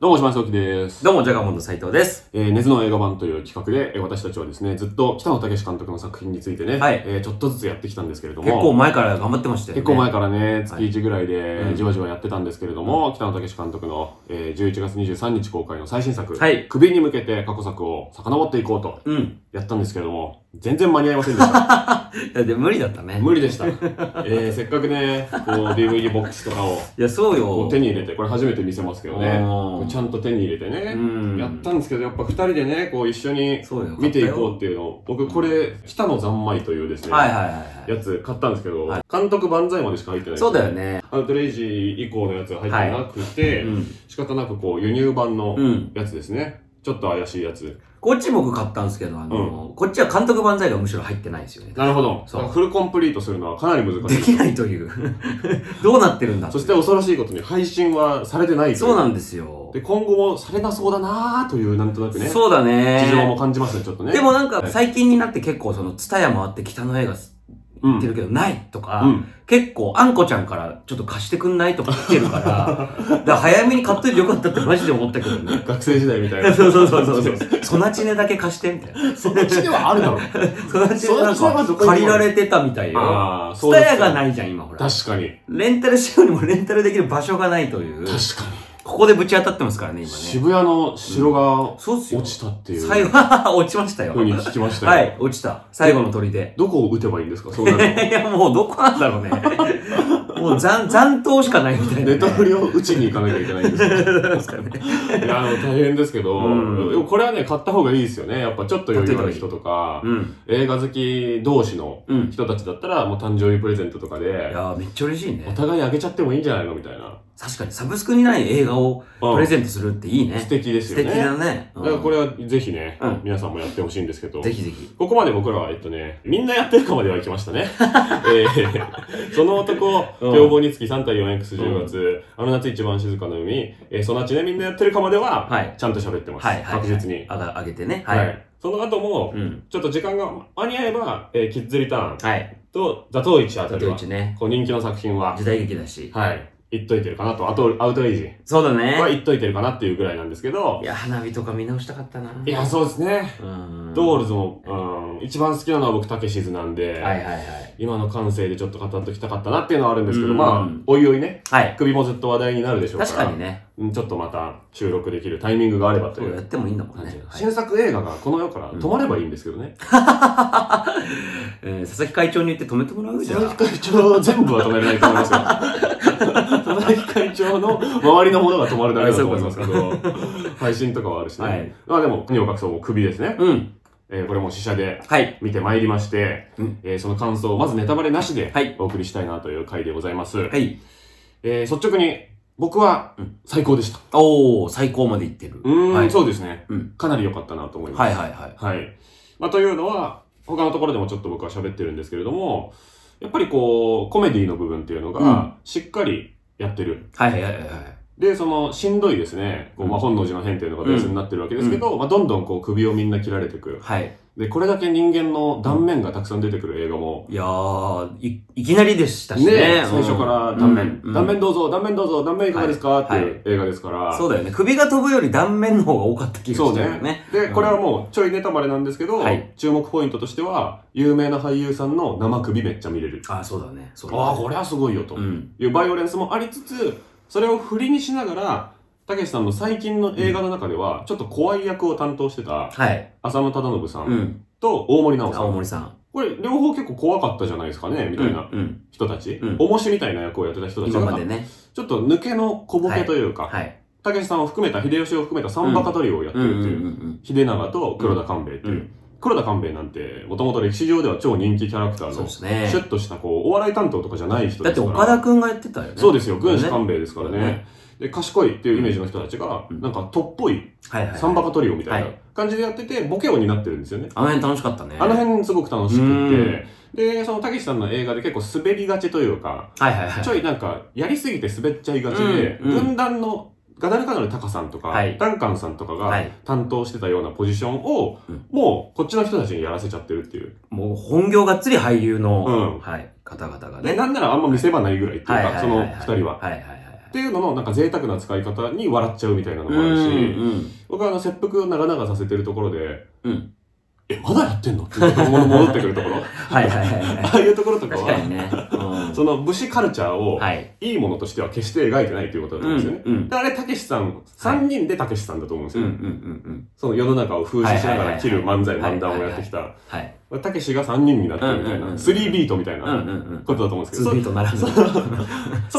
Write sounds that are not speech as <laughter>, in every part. どうも、島井聡樹です。どうも、ジャガモンの斉藤です。えー、根津の映画版という企画で、えー私たちはですね、ずっと北野武監督の作品についてね、はいえーちょっとずつやってきたんですけれども、結構前から頑張ってましたよね。結構前からね、月はい1ぐらいうんでじわじわやってたんですけれども、北野武監督の、えー、11月23日公開の最新作、はい首に向けて過去作を遡っていこうとうん。やったんですけれども、全然間に合いませんで <laughs> した。だって無理だったね。無理でした。えー、せっかくね、こう DVD ボックスとかをいや、そうこよ。う手に入れて、これ初めて見せますけどね、こうれんちゃんと手に入れてね、うん。やったんですけど、やっぱ2人でね、こう一緒にそうよ。見ていこうっうていうのを、僕これ、北野三昧というですね、はいはいはいはやつ買ったんですけど、はい。監督万歳までしか入ってないい。そうだよね。アウトレイジ以降のやつが入ってなくて、うん。仕方なくこう輸入版のうん。やつですね。ちょっと怪しいやつ。こっち僕買ったんですけど、あの、こっちは監督万歳がむしろ入ってないですよね。なるほど。そうだからフルコンプリートするのはかなり難でしい。きないという。 <laughs> どうなってるんだそして恐ろしいことに配信はされてないといそうなんんですよで、。今後もされなそうだなーという、なんとなくね、そうだね。事情も感じますね、ちょっとね。でもなんかはい最近になって結構その、ツタヤもあって北の映画う行ってるん、けど、ないとか、うん。結構、あんこちゃんから、ちょっと貸してくんないとか来てるから、 <laughs> だから早めに買っといてよかったってマジで思ったけどね。学生時代みたいな。そうそう <laughs> そうそうそう。ソナチネだけ貸してみたいな。そっちではあるだろう。ソナチネなんソナチネはどこかにも借りられてたみたいよ。ああ、スタヤがないじゃん、今ほら。確かに。レンタルしようにもレンタルできる場所がないという。確かに。ここでぶち当たってますからね、今ね。渋谷の城が落そうっすよ。ちたっていう最後、 <laughs> 落ちましたよふ。うに聞きましたよ。はい、落ちた。最後の砦。どこを打てばいいんですか <laughs> そうなると。いや、もうどこなんだろう <laughs> ね。もう残、残党しかないみたいなね。ネタ <laughs> 振りを打ちに行かなきゃいけないんですよですかね。いや、あの、大変ですけど、うんでもこれはね、買った方がいいですよね。やっぱちょっと余裕ある人とか、うん。映画好き同士のうん。人たちだったら、もう誕生日プレゼントとかいで、やーめっちゃ嬉しいおね。互いあげちゃってもいいんじゃないのみたいな。確かに、サブスクにない映画をうんプレゼントするっていいね。素敵です素よね。敵だね。だからこれはぜひね、うん皆さんもやってほしいんですけど、ぜひぜひ。ここまで僕らは、えっとね、みんなやってるかまでは行きました <laughs> ね。えー、その男、うん凶暴につき3対 4X10 月、あの夏一番静かな海、えー、そのちねみんなやってるかまでは、はい。ちゃんと喋ってます。はい。はい確実に。あが、あげてね。はい、はい。その後もう、ん。ちょっと時間が間に合えば、えー、キッズリターンはい。と、ザトウイチあたり東京は一、ね。こう人気の作品は、時代劇だし。はい、言っといてるかなと、あと、アウトレイジそうだはね。言っといてるかなっていうぐらいなんですけどい、や、花火とか見直したかったな。いや、そうですね。うん。ドールルズも、うん、一番好きなのは僕、たけしずなんで、はいはいはい。今の感性でちょっと語っときたかったなっていうのはあるんですけど、うんまあ、おいおいね、はい。首もずっと話題になるでしょうから、確かにね。うんちょっとまた収録できるタイミングがあればとそいうやうってもいいんだもん感ねじ。はい新作映画がこの世から止まればいいんですけどね。えー佐々木会長に言って止めてもらうじ佐ゃん。々木会長全部は止めれないと思いますよ。佐 <laughs> 々木会長の周りのものが止まるだけだと思いますけど、配信とかはあるしね。はいまあでも、何を隠そう、首ですね。うん。えーこれも試写ではい。見てまいりまして、うんえーその感想をまずネタバレなしではいお送りしたいなという回でございます。はい。えー率直に僕はうん最高でした。おー、最高までいってる。うーん、はいそうですね。うんかなり良かったなと思います。はいはいはい。はい。まあ、というのは、他のところでもちょっと僕は喋ってるんですけれども、やっぱりこう、コメディの部分っていうのうんが、しっかりやってる。はいはいはいはい。で、その、しんどいですね、こうまあ、うん本能寺の変っていうのがベースになってるわけですけど、まあ、どんどんこう、首をみんな切られていく。はい。で、これだけ人間の断面がたくさん出てくる映画も、いやー、い、いきなりでしたしね。ね、う最ん初から断面、うん断面どうぞ、断面どうぞ、断面いかがですか、はいっていう映画ですから、そうだよね。首が飛ぶより断面の方が多かった気がそしうたよね。ね。で、これはもうちょいネタバレなんですけど、はい注目ポイントとしては、有名な俳優さんの生首めっちゃ見れる。あそうだね。そうだねああ、これはすごいよとうん。いうバイオレンスもありつつ、それを振りにしながら、たけしさんの最近の映画の中では、ちょっと怖い役を担当してたはい。浅野忠信さうんん。と大森奈緒青さん。森さん。これ両方結構怖かったじゃないですかね、みたいなうんうん。人たちうん。重しみたいな役をやってた人たち今まがで、ね。ちょっと抜けの小ボケというか、はい。たけしさんを含めた、秀吉を含めた三バカトリオをやってうんうるんうとんいうう。ん。秀長と黒田官兵衛っていう、うん黒田官兵衛なんてもともと歴史上では超人気キャラクターそうのでシすねュ。ッとしたこうお笑い担当とかじゃない人だでっすてから岡田くんがやってたよね。そうですよ軍師ね官兵衛ですからねそうだねで賢いっていうイメージの人たちが、うんなんかトップっぽいはいはい。サンバカトリオみたいなはい感じでやっててボケを担ってるんですよねあの辺楽しかったね。あの辺すごく楽しうくんてでそのたけしさんの映画で結構滑りがちというかはいはいはい。ちょいなんかやりすぎて滑っちゃいがちで、うんうん軍団のガダルカナルタカさんとか、はいダンカンさんとかが、はい。担当してたようなポジションを、うんもうこっちの人たちにやらせちゃってるっていう。もう本業がっつり俳優うんの、はい、方々がで、ね。なんならあんま見せ場ないぐらいっていうか、はいはいはいはいその二人は。はいはいはいはい。っていうののなんか贅沢な使い方に笑っちゃうみたいなのもあるし、僕はあの切腹を長々させてるところで、うんえ、まだやってんのっていうところ戻ってくるところ。 <laughs> はいはいはいはい。ああいうところとか確かは、にね。その武士カルチャーをはい。いいものとしては決して描いてないということだとう思んううんんですよね。うんであれ、たけしさん、3人でたけしさんだと思うんですうんうよ。んうん。その世の中を風刺しながはいはいはいはらい切る漫才、漫談をやってきた。はい。たけしが3人になってるみたいうんうんな、うんスリービートみたいうんうんなうん。ことだと思うんですけツど、ーそビートならぬ。そ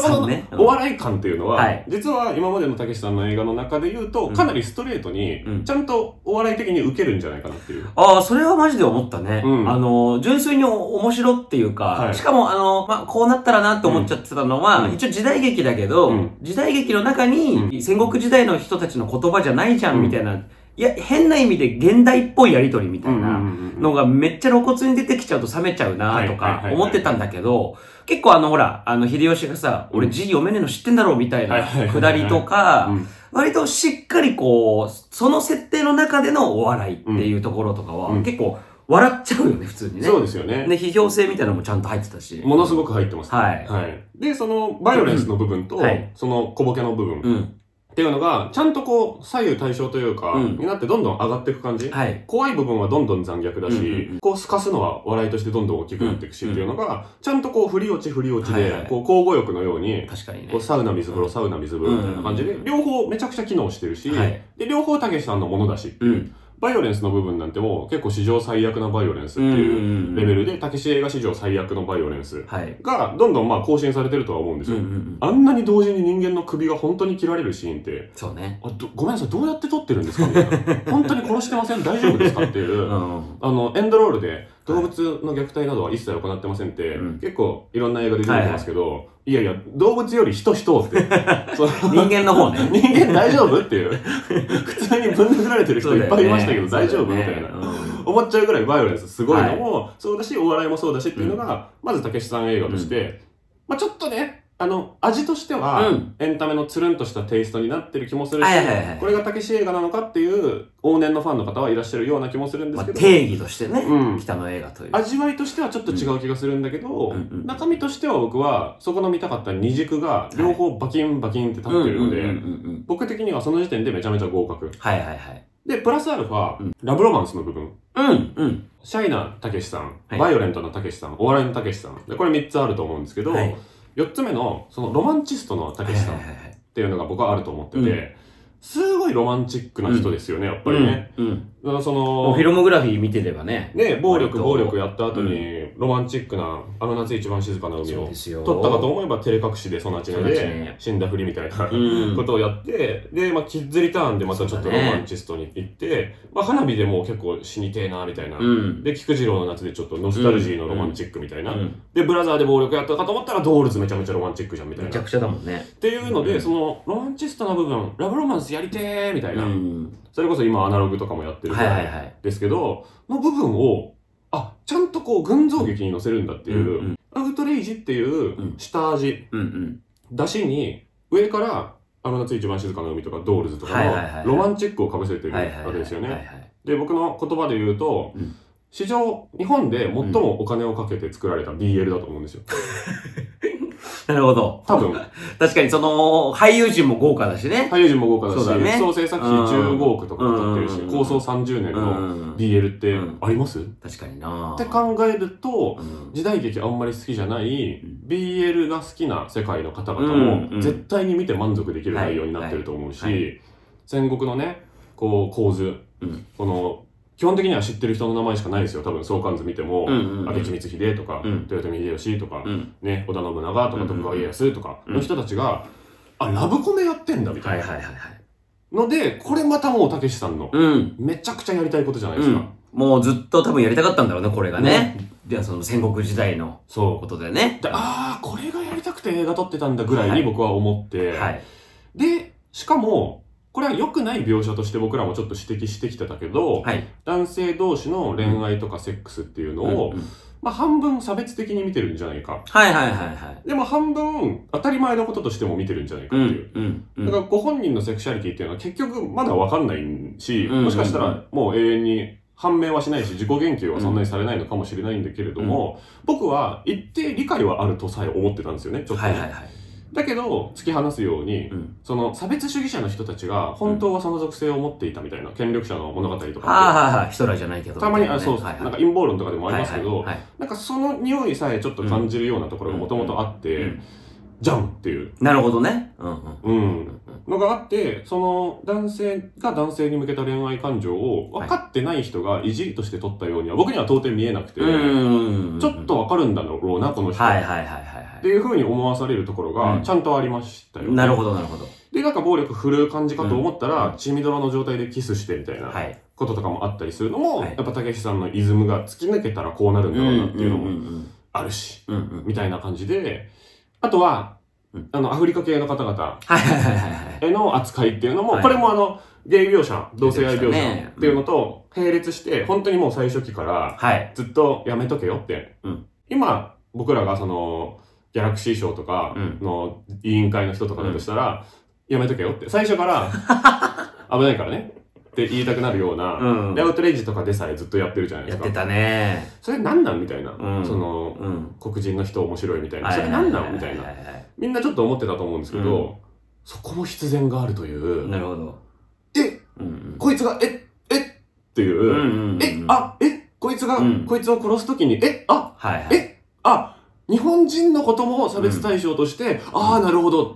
<laughs> このそうねうんお笑い感っていうのは、はい実は今までのたけしさんの映画の中で言うと、うんかなりストレートにう、んちゃんとお笑い的に受けるんじゃないかなっていう。ああ、それはマジで思ったね。うんあの、純粋にお面白っていうか、はいしかもあの、まあ、こうなったらなって思っちゃってたのは、うん一応時代劇だけど、うん時代劇の中に、う戦国時代の人たちの言葉じゃないじゃうんん、みたいな、いや、変な意味で現代っぽいやりとりみたいなのがめっちゃ露骨に出てきちゃうと冷めちゃうなとはいはいはいかはい思ってたんだけど、結構あの、ほら、あの、秀吉がさ、うん俺字読めねえの知ってんだろうみたはいないはいはいくだりとか、うん割としっかりこう、その設定の中でのお笑いっていうところとかは、うん結構笑っちゃうよね、普通にね。そうですよね。で、批評性みたいなのもちゃんと入ってたし。ものすごく入ってます。はい。で、そのバイオレンスの部分と、はいその小ボケの部分うっん。ていうのが、ちゃんとこう、左右対称というか、うんになってどんどん上がっていく感じ。はい。怖い部分はどんどん残虐だし、うんうんうんこう、透かすのは笑いとしてどんどん大きくなっていくし、うんっていうのが、ちゃんとこう、振り落ち振り落ちで、はいはいこう、交互浴のように、確かにねこう。サウナ水風呂、サウナ水風呂みたいな感じで、うん両方めちゃくちゃ機能してるし、はいで、両方たけしさんのものだしってう。いうんバイオレンスの部分なんてもう結構史上最悪なバイオレンスっていううレベルで、たけし映画史上最悪のバイオレンスはい。がどんどんまあ更新されてるとは思うんですうんよ、うんうん。あんなに同時に人間の首が本当に切られるシーンってそうね。あどごめんなさいどうやって撮ってるんですかみたいな <laughs> 本当に殺してません大丈夫ですかっていう、うん。あのエンドロールで動物の虐待などは一切行ってませんって、うん結構いろんな映画で出てきますけど、いやいや動物より人人ってそう <laughs> 人間の方ね。 <laughs> 人間大丈夫っていう普通にぶん殴られてる人そうだよいねっぱいいましたけど、大丈夫、そうだみよたねいな。うん思っちゃうぐらいバイオレンスすごいのも、そうだし、お笑いもそうだしっていうのが、まずたけしさん映画として、まあちょっとね、あの、味としては、うんエンタメのつるんとしたテイストになってる気もするし、はいはいはいこれがたけし映画なのかっていう往年のファンの方はいらっしゃるような気もするんでますけあど、定義としてね、うん北の映画という。味わいとしてはちょっと違う気がするんだけど、うんうんうん中身としては僕はそこの見たかった二軸が両方バキンバキンって立ってるので、うんうんうんうんうん僕的にはその時点でめちゃめちゃ合格。はいはいはい。で、プラスアルファ、うんラブロマンスの部分。うん。うん。シャイなたけしさん、はいバイオレントなたけしさん、お笑いのたけしさん。で、これ3つあると思うんですけど、はい4つ目の、そのロマンチストのたけしさんっはいはいはいていうのが僕はあると思ってて、うんすごいロマンチックな人ですよね、やっぱりね。うんうん。だからそもうのフィ、ロモグラフィー見てればね。ね、暴力、割と暴力やった後に、ロマンチックな、あの夏一番静かな海そうをですよ。撮ったかと思えば、照れ隠しで、そなちねそなちでね、死んだふりみたいな。うん。ことをやって、で、まあ、キッズリターンでまたちょっとそロうだねマンチストに行って、まあ、花火でもう結構死にてえな、みたいな。うん。で、菊次郎の夏でちょっとノスタルジーのロマンチックみたいな。うんで、ブラザーで暴力やったかと思ったら、ドールズめちゃめちゃロマンチックじゃん、みたいめちな。ゃっくちゃだもんね。ていうので、うんその、ロマンチストな部分、ラブロマンスやりてえ、みたいな。うん。それこそ今アナログとかもやってるはいはいはい。ですけど、の部分を、あ、ちゃんとこう、群像劇に乗せるんだっていう、うんうんアウトレイジっていう下味、うんうん。だしに上から「あの夏一番静かな海」とか「ドールズ」とかはいはいはいはのいロマンチックをかぶせてるはわいはいはい。けですよはいね。はい。で僕の言葉で言うと、うん史上日本で最もお金をかけて作られた BL だと思うんです <laughs> よ。なるほど。多分確かにその、俳優陣も豪華だしね。俳優陣も豪華だしそうだね総制作費15億とかかかってるし、うん構想30年うのん。 BL ってうんあります、っ確かになて考えるとうん時代劇あんまり好きじゃないうん BL が好きな世界の方々うんうもん絶対に見て満足できる内容になってると思うはいはし戦国のねこう構図、うんこの基本的には知ってる人の名前しかないですよ多分相関図見ても、うんうんうん。明智光秀とか、うん豊臣秀吉とか、うん。ね、織田信長とうんうかん徳川家康とかうんの人たちが、あラブコメやってんだみたはいいな、はいはいはい。のでこれまたもうたけしさんの、うん。めちゃくちゃやりたいことじゃないでうすか。ん。もうずっと多分やりたかったんだろうね、これがね。じゃあその戦国時代のそことでねう。で。ああこれがやりたくて映画撮ってたんだぐらいはにい僕は思って、はい。で、しかも、これは良くない描写として僕らもちょっと指摘してきてたけど、はい。男性同士の恋愛とかセックスっていうのを、うんうんまあ半分差別的に見てるんじゃないか。はいはいはいはい。でも半分当たり前のこととしても見てるんじゃないかうってんいう。。うん。うんだからご本人のセクシャリティっていうのは結局まだわかんないし、うんもしかしたらもう永遠に判明はしないし、自己言及はそんなにされないのかもしれないんだけれども、僕は一定理解はあるとさえ思ってたんですよね、ちょっとね。はいはいはい。だけど、突き放すように、うんその差別主義者の人たちが本当はその属性を持っていたみたいな、権力者の物語とかああ、はいはい。ヒトラーじゃないけでど。たまに、あそう、はいはいなんか陰謀論とかでもありますけど、はいはいはいなんかその匂いさえちょっと感じるようなところがもともとあって、うんじゃんっていう、なるほどね。うんうん。うん、のがあって、その男性が男性に向けた恋愛感情を分かってない人がいじりとして取ったようには僕には到底見えなくて、うん。ちょっと分かるんだろうな、この人。はいはいはいはっていうふうに思わされるところうがんちゃんとありましたいよ、はい。なるほどなるほど。で、なんか暴力振るう感じかと思ったら、うん血みどろの状態でキスしてみたいなはい。こととかもあったりするのも、はいやっぱたけしさんのイズムが突き抜けたらこうなるんだろうなっていうのもんあるし、うんうん。みたいな感じで、あとはうん、あの、アフリカ系の方々はいはいはいはいはい。への扱いっていうのも、はいこれもあの、ゲイ描写、同性愛描出てました写ねっていうのと並列して、本当にもう最初期からはい。ずっとやめとけよって。うん今、僕らがその、ギャラクシー賞とかうんの委員会の人とかだとしたら、やめとけよって。最初 <laughs> から、危ないからねって言いたくなるような、うんで、アウトレイジとかでさえずっとやってるじゃないでやすっかて。たね。それなんなんみたいな。うんその、うん。黒人の人面白いみたいな、はいそはいれはい何なのみたいはな。ははみんなちょっと思ってたと思うんですけど、うそこも必然があるという、い。なるほど。え、うんうん。こいつが、え、えっていう、うんうんうんえ、あ、え、こいつが、うんこいつを殺すときに、え、あ、はいはい。え、あ、日本人のことも差別対象として、ああ、なるほど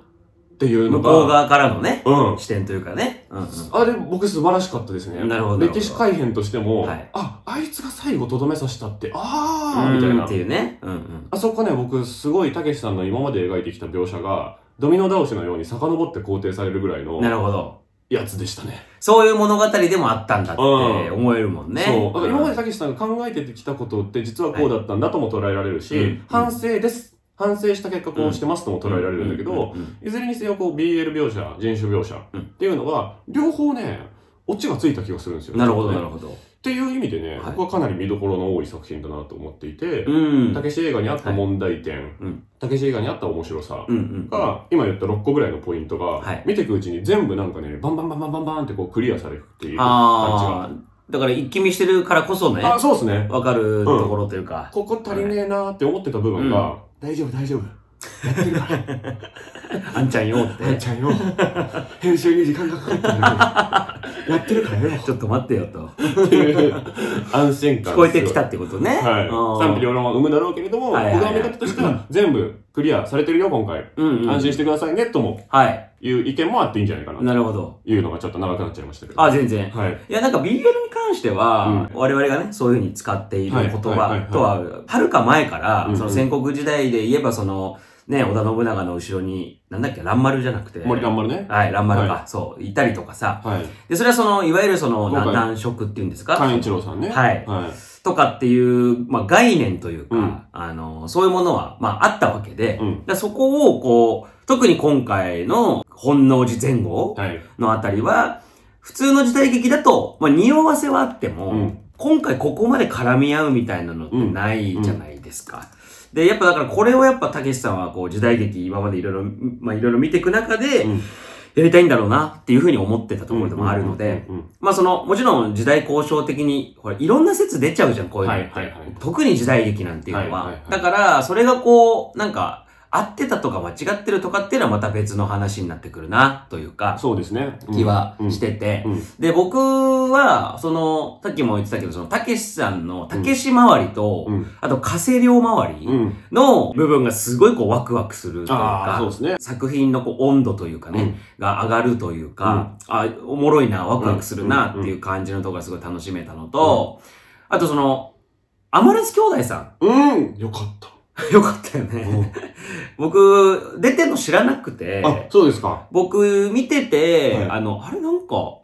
っていうの向こうが、側からのね、うん。視点というかね。うんうん。あれ、僕素晴らしかったですね。なるほどなるほ歴ど史改変としても、はいあ、あいつが最後とどめさしたって、ああ、みたいうんなって。いうね。うんうん。あそこね、僕、すごい、たけしさんの今まで描いてきた描写が、ドミノ倒しのように遡って肯定されるぐらいのなるほど。やつでしたね。そういう物語でもあったんだってうん思えるもんね。そう。だから今まででたけしさんが考えてきたことって、実はこうだったんだとも捉えられるし、うん反省です。反省した結果こうしてますとも捉えられるんだけど、、いずれにせよ、こう、BL 描写、人種描写うんっていうのは、両方ね、オチがついた気がするんですよ、なるほど、ねなるほど。っていう意味でね、はい僕はかなり見どころの多い作品だなと思っていて、うん。たけし映画にあった問題う点ん、たけし映画にあった面白さ、うんうん。が、今言った6個ぐらいのポイントが、はい見ていくうちに全部なんかね、バンバンバンバンバンバンってこうクリアされるっていう感ああ、だから一気見してるからこそじねが。、あ、そうですね。わかるところというか。ここ足りねえなーって思ってた部分が、大丈夫大丈夫。やってる <laughs> から。あんちゃんよって。あんちゃんよ。編集に時間がかかってるけ <laughs> ど。やってるからよ。ちょっと待ってよと。っていう安心感。聞こえてきた。ってことね。はい。賛否両論は生むだろうけれども、はいはいはい僕の見方としては全部クリアされてるよ、今回。うんうん。安心してくださいね、ともはい。いう意見もあっていいんじゃないかな、となるほど。いうのがちょっと長くなっちゃいましたけど。あ、全然。はい。いや、なんか BL に関しては、う我々がね、そういうふうに使っている言はいはいはいは葉いとは、はるか前から、うんうんその戦国時代で言えば、その、ね、織田信長の後ろに、なんだっけ、乱丸じゃなくて。森頑張るね。はい、乱丸か、そう、いたりとかさ。はい。で、それはその、いわゆるその、今な回男色っていうんですか寛一郎さんね。はいはとかっていう、まあ、概念というか、うんあの、そういうものは、まあ、あったわけで、い。うん。だそこを、こう、特に今回の本能寺前後はい。のあたりは、普通の時代劇だと、まあ、匂わせはあっても、うん今回ここまで絡み合うみたいなのってないじゃないですか。で、やっぱだからこれをやっぱたけしさんはこう時代劇今までいろいろ、まあいろいろ見ていく中でうんやりたいんだろうなっていうふうに思ってたところでもあるので、うんうんまあその、もちろん時代交渉的に、ほら、いろんな説出ちゃうじゃん、こう。うんいうのはって。いはいはい。特に時代劇なんていうのはいは。はいはいだから、それがこう、なんか、合ってたとか間違ってるとかっていうのはまた別の話になってくるな、というか、そうですね。うん気はしてて。うんうんで、僕は、その、さっきも言ってたけど、その、たけしさんの、たけし周りと、うん。あと、加瀬亮周うりん。の部分がすごいこう、ワクワクするというああ、かそう、ですね。作品のこう温度というかね、うんが上がるというか、あ、おもろいな、ワクワクするなっていう感じのところがすごい楽しめたのと、あとその、アマレス兄弟さうん。よかった。ん。 <laughs> よかったよね。僕、出てんの知らなくて、あ、そうですか。僕見てて、はいあの、あれなんか、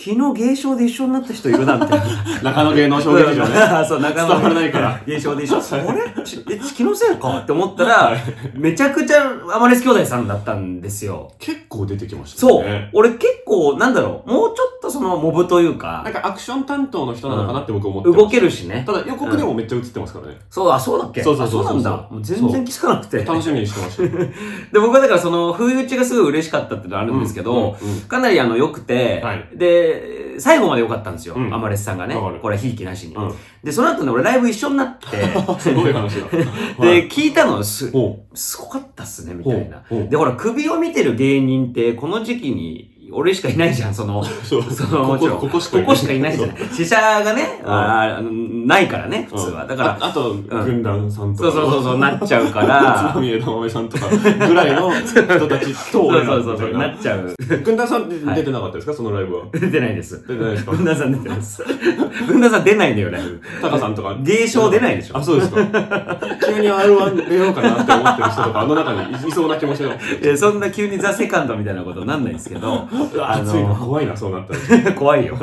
昨日芸賞で一緒になった人いるな、みたい <laughs> な。中野芸能小劇場ね。ね。 <laughs> そう、中伝わらないから。現象 <laughs> でしょあれちえ気のせいかって思ったら、めちゃくちゃアマレス兄弟さんだったんですよ。結構出てきましたそう。ね。俺結構、なんだろう、もうちょっとそのモブというかなん、かアクション担当の人なのかなって僕思って動まけるしねす。。ただ予告でもめっちゃ映ってますからね。そう、あ、そうだっけそうそうそうあそうそうなんだ。もう全然気づかなくて。楽しみにしてました。 <laughs> で、僕はだからその、不意打ちがすごい嬉しかったってのあるんですけど、うんうんかなりあの、良くて、はいで、最後まで良かったんですよ。うんアマレスさんがねわかる。これ、ひいきなしに。うんで、その後ね、俺ライブ一緒にな <laughs> って、すごい話だ。 <laughs> で、聞いたのす、おうすごかったっすね、みたいな。おうおうで、ほら、首を見てる芸人って、この時期に、俺しかいないじゃん、そ <laughs> の、そうその、もちろん。ここしかここしかいないじゃない。死者がね、んあーあのないからね、普通は。だから、ああと、軍団さんとそか。うそう <laughs> そう、そうなっちゃうか津 <laughs> ら、波枝豆さんとかぐらいの人たちとそ俺うそらうそみうたそ、いうなな。っちゃう。軍団さんって出てなかったですかそのライブは。出てないです。 <laughs> 出てないですか <laughs> 文田さん出てないです。文田さん出ないんだよ、ライブ。タカさんとか。芸賞出ないでしょあ、そうですか。急に R1 出ようかなって思ってる人とか、あの中にいそうな気もしていやそんな急にザ・セカンドみたいなことなんないんですけど、 <laughs> あ熱いな、の、怖いな、そうなったら。怖いよ。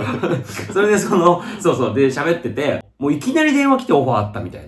<laughs> それでその、そうそう、で喋ってて、もういきなり電話来てオファーあったみたいな。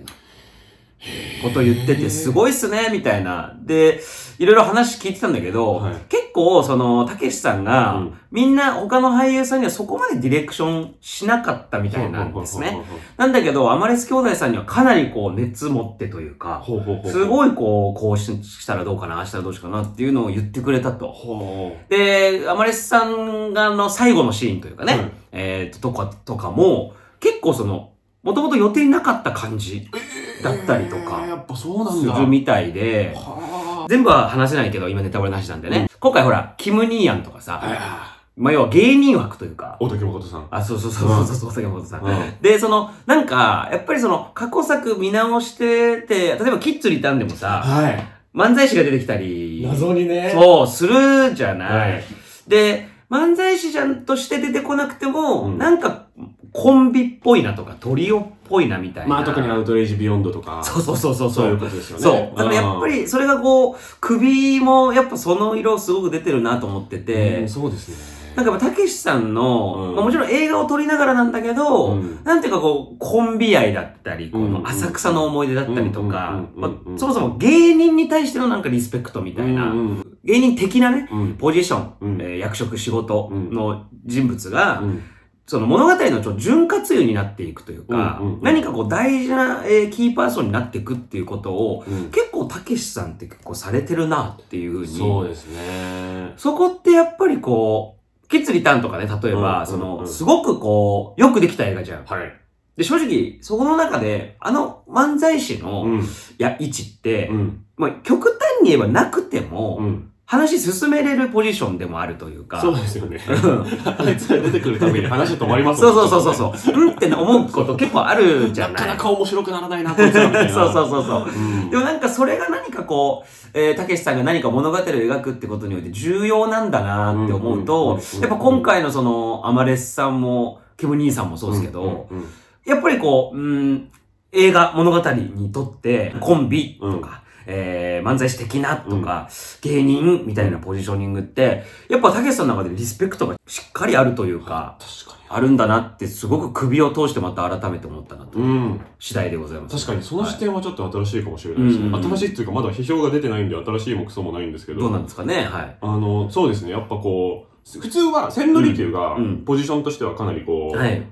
こと言ってて、すごいっすね、みたいな。で、いろいろ話聞いてたんだけど、はい結構、その、たけしさんが、うんみんな他の俳優さんにはそこまでディレクションしなかったみたいなんですね。なんだけど、アマレス兄弟さんにはかなりこう、熱持ってというか、ほうほうほう。すい。ごいこう、こうししたらどうかな、ああしたらどうしようかなっていうのを言ってくれたと。ほで、アマレスさんがあの最後のシーンというかね、はいえーと、とか、とかも、結構その、もともと予定になかった感じうだったりとかえーやっぱそうなすんだ。るみたいで、は全部は話せないけど、今ネタバレなしなんでね。今回ほら、キム・ニーヤンとかあさ、あまあ、要は芸人枠というかー。、大竹誠さん。あ、そうそうそうそうそう、竹本さん。うんで、その、なんか、やっぱりその、過去作見直してて、例えばキッズリターンでもさ、はい。漫才師が出てきたり、謎にね。そう、するじゃない。はいで、漫才師じゃんとして出てこなくても、うんなんか、コンビっぽいなとか、トリオっぽいなみたいな。まあ、特にアウトレイジビヨンドとか。そうそうそうそう。そうそいううことですよね。そう。だからやっぱり、それがこう、首も、やっぱその色すごく出てるなと思ってうん、て、うんそうですね。なんかやっぱ、たけしさんの、うんまあもちろん映画を撮りながらなんだけうど、んなんていうかこう、コンビ愛だったり、こうんうのん浅草の思い出だったりとか、うんまうあんうんうんうんそもそも芸人に対してのなんかリスペクトみたいな、うんうん芸人的なね、うんポジション、うんえー役職、仕事うんの人物が、うんその物語のちょっと潤滑油になっていくというか、うんうんうん何かこう大事な、えーキーパーソンになっていくっていうことを、うん結構たけしさんって結構されてるなっていうふうに。そうですね。そこってやっぱりこう、キッズリターンとかね、例えば、うんうんうんその、すごくこう、よくできた映画じゃん。はい。で、正直、そこの中で、あの漫才師の、うん。いや、位置って、うん。まあ、極端に言えばなくても、うん。話進めれるポジションでもあるというか。そうですよね。 <laughs> うんあいつら出てくるたびに話止まりますそもうんそうそうそうそう。うんって思うこと結構あるじゃななかいなか面白くならないな、こいつらみたいな。そうそうそうそう。うんでもなんかそれが何かこう、えーたけしさんが何か物語を描くってことにおいて重要なんだなって思ううんうんとうんうん、やっぱ今回のその、アマレスさんも、ケム兄さんもそうですけど、うんうんやっぱりこう、うん、映画、物語にとって、コンビとか、えー漫才師的なとか、芸人みたいなポジショニングって、やっぱたけしさんの中でリスペクトがしっかりあるというか、確かあるんだなって、すごく首を通してまた改めて思ったなと、に。うん。次第でございます。確かに、その視点はちょっと新しいかもしれないですね。はいうん新しいっていうか、まだ批評が出てないんで、新しいもクソもないんですけど。どうなんですかねはい。あの、そうですね。やっぱこう、普通は、千利休がうんうん、ポジションとしてはかなりこう、はい。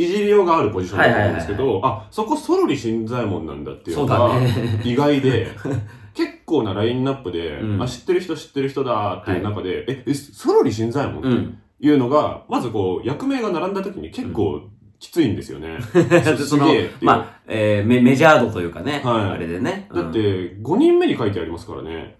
いじりようがあるポジションだと思うんですけど、あ、そこソロリ新左衛門なんだっていうそのうだが、ね。意外 <laughs> で、結構なラインナップで、うんあ、知ってる人知ってる人だっていう中で、え、え、ソロリ新左衛門って <laughs> うん。いうのが、まずこう、役名が並んだ時に結構きついんですよね。す <laughs> そのすげえっていうまあ、えーメ、メジャードというかね。はいあれでね。だっうん、て、5人目に書いてありますからね。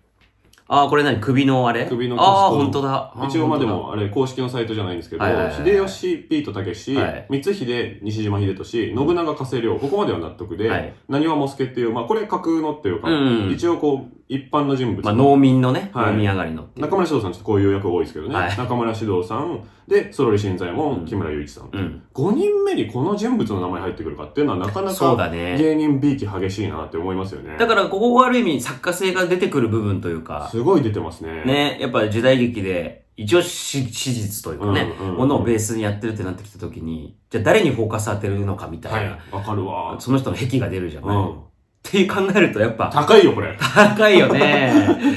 ああ、これ何首のあれ首のカスああ、と本当だ。あー一応まあで。本も、あれ、公式のサイトじゃないんですけど、はいはいはい秀吉、ピートたけし、はい光秀、西島秀俊、信長加瀬亮、ここまでは納得当で、だはい。何はもすけっていう、まあこれ架空のっていうか、うん一応こう、一般の人物。まあ、農民のね、はい農民上がりのっていう。中村獅童さん、ちょっとこういう役多いですけどね。はい中村獅童さん、で、ソロリ新左衛うん門、木村祐一さん。うん。 5人目にこの人物の名前入ってくるかっていうのは、なかなそうかだね。芸人 B き激しいなって思いますよね。だから、ここがある意味、作家性が出てくる部分というか、すごい出てますね。ね、やっぱ時代劇で、一応し史実というかね、うんうんうんものをベースにやってるってなってきたときに、じゃあ誰にフォーカス当てるのかみたいはな、い。わかるわ。その人の癖が出るじゃない。うんって考えるとやっぱ高いよ、こ <laughs> れ。高いよね。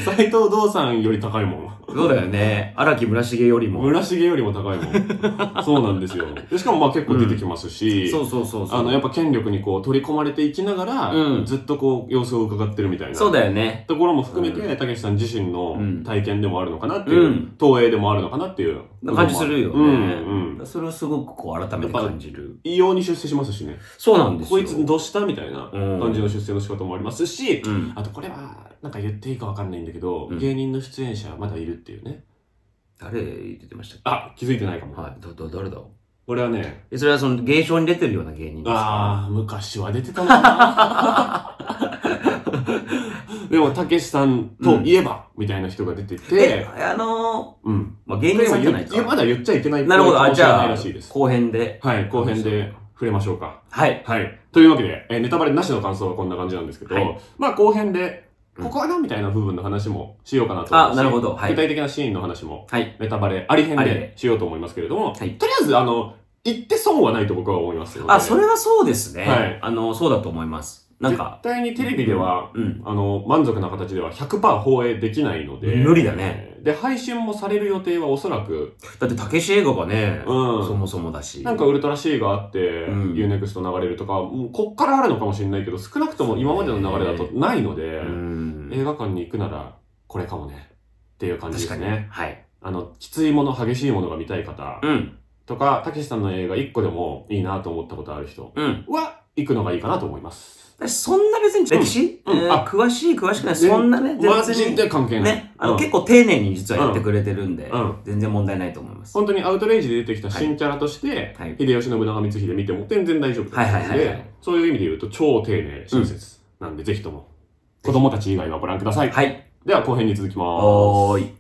斎藤道さんより高いもん。そうだよね。荒木村重よりも。村重よりも高いも <laughs> ん。そうなんですよ。でしかもまあ結構出てきますし、そうそうそうそう。あの、やっぱ権力にこう取り込まれていきながら、うんずっとこう様子を伺ってるみたいな。そうだよね。ところも含めて、うたけしさん自身のうん体験でもあるのかなっていう、うん投影でもあるのかなっていう。感じするよね。うん、うん。それをすごくこう改めて感じる。異様に出世しますしね。そうなんですよ。こいつどうしたみたいなうん感じの出世の仕方もありますし、うん。あとこれは、なんか言っていいかわかんないんだけど、うん芸人の出演者まだいるっていうね。誰出てましたっあ、気づいてないかも。けはい。だ、だ、誰だ俺はね、え、それはその芸賞に出てるような芸人ですかああ、昔は出てたのかな。 <laughs> でも、たけしさんといえば、みたいな人が出てて、え、あのうん。ー、まあ、芸人さんじゃないいやまか。だ言っちゃいけないなるほど。かあ、もしじれなゃいあらしいです、。後編で。はい、後編で触れましょうか。はい。はい。というわけで、えーネタバレなしの感想はこんな感じなんですけど、はいまあ後編で、うんここはなみたいな部分の話もしようかなと思いますあ、しなるほど。はい具。体的なシーンの話も、はい。ネタバレあり編ありででしようと思いますけれども、はいとりあえず、あの、言って損はないと僕は思いますのであ、それはそうですね。はいあの、そうだと思います。なんか、絶対にテレビでは、うん。あの、満足な形では100%放映できないので、無理だねえー。で、配信もされる予定はおそらく、だって、たけし映画がね、うんそもそもだし。なんかウルトラ C があって、うん UNEXT 流れるとか、もうこっからあるのかもしれないけど、少なくとも今までの流れだとないので、うん、映画館に行くならこれかもねっていう感じ確でかすにね。はい。あのきついもの激しいものが見たい方うん。とかたけしさんの映画1個でもいいなと思ったことある人うん。は行くのがいいかなと思います。私、そんな別に歴史、うんうんえーあ詳しい、詳しくなねい、そんなね、マ全ジ然。で関係ない。ね、あの、うん結構丁寧に実はやってくれてるんで、うん全然問題ないと思います。本当にアウトレイジで出てきた新キャラとして、はい。秀吉信長光秀見ても全然大丈夫だったのはいはいはいはで、そういう意味で言うと超丁寧親切なんで、ぜひとも子供たち以外はご覧ください。はい。では後編に続きます。おーい。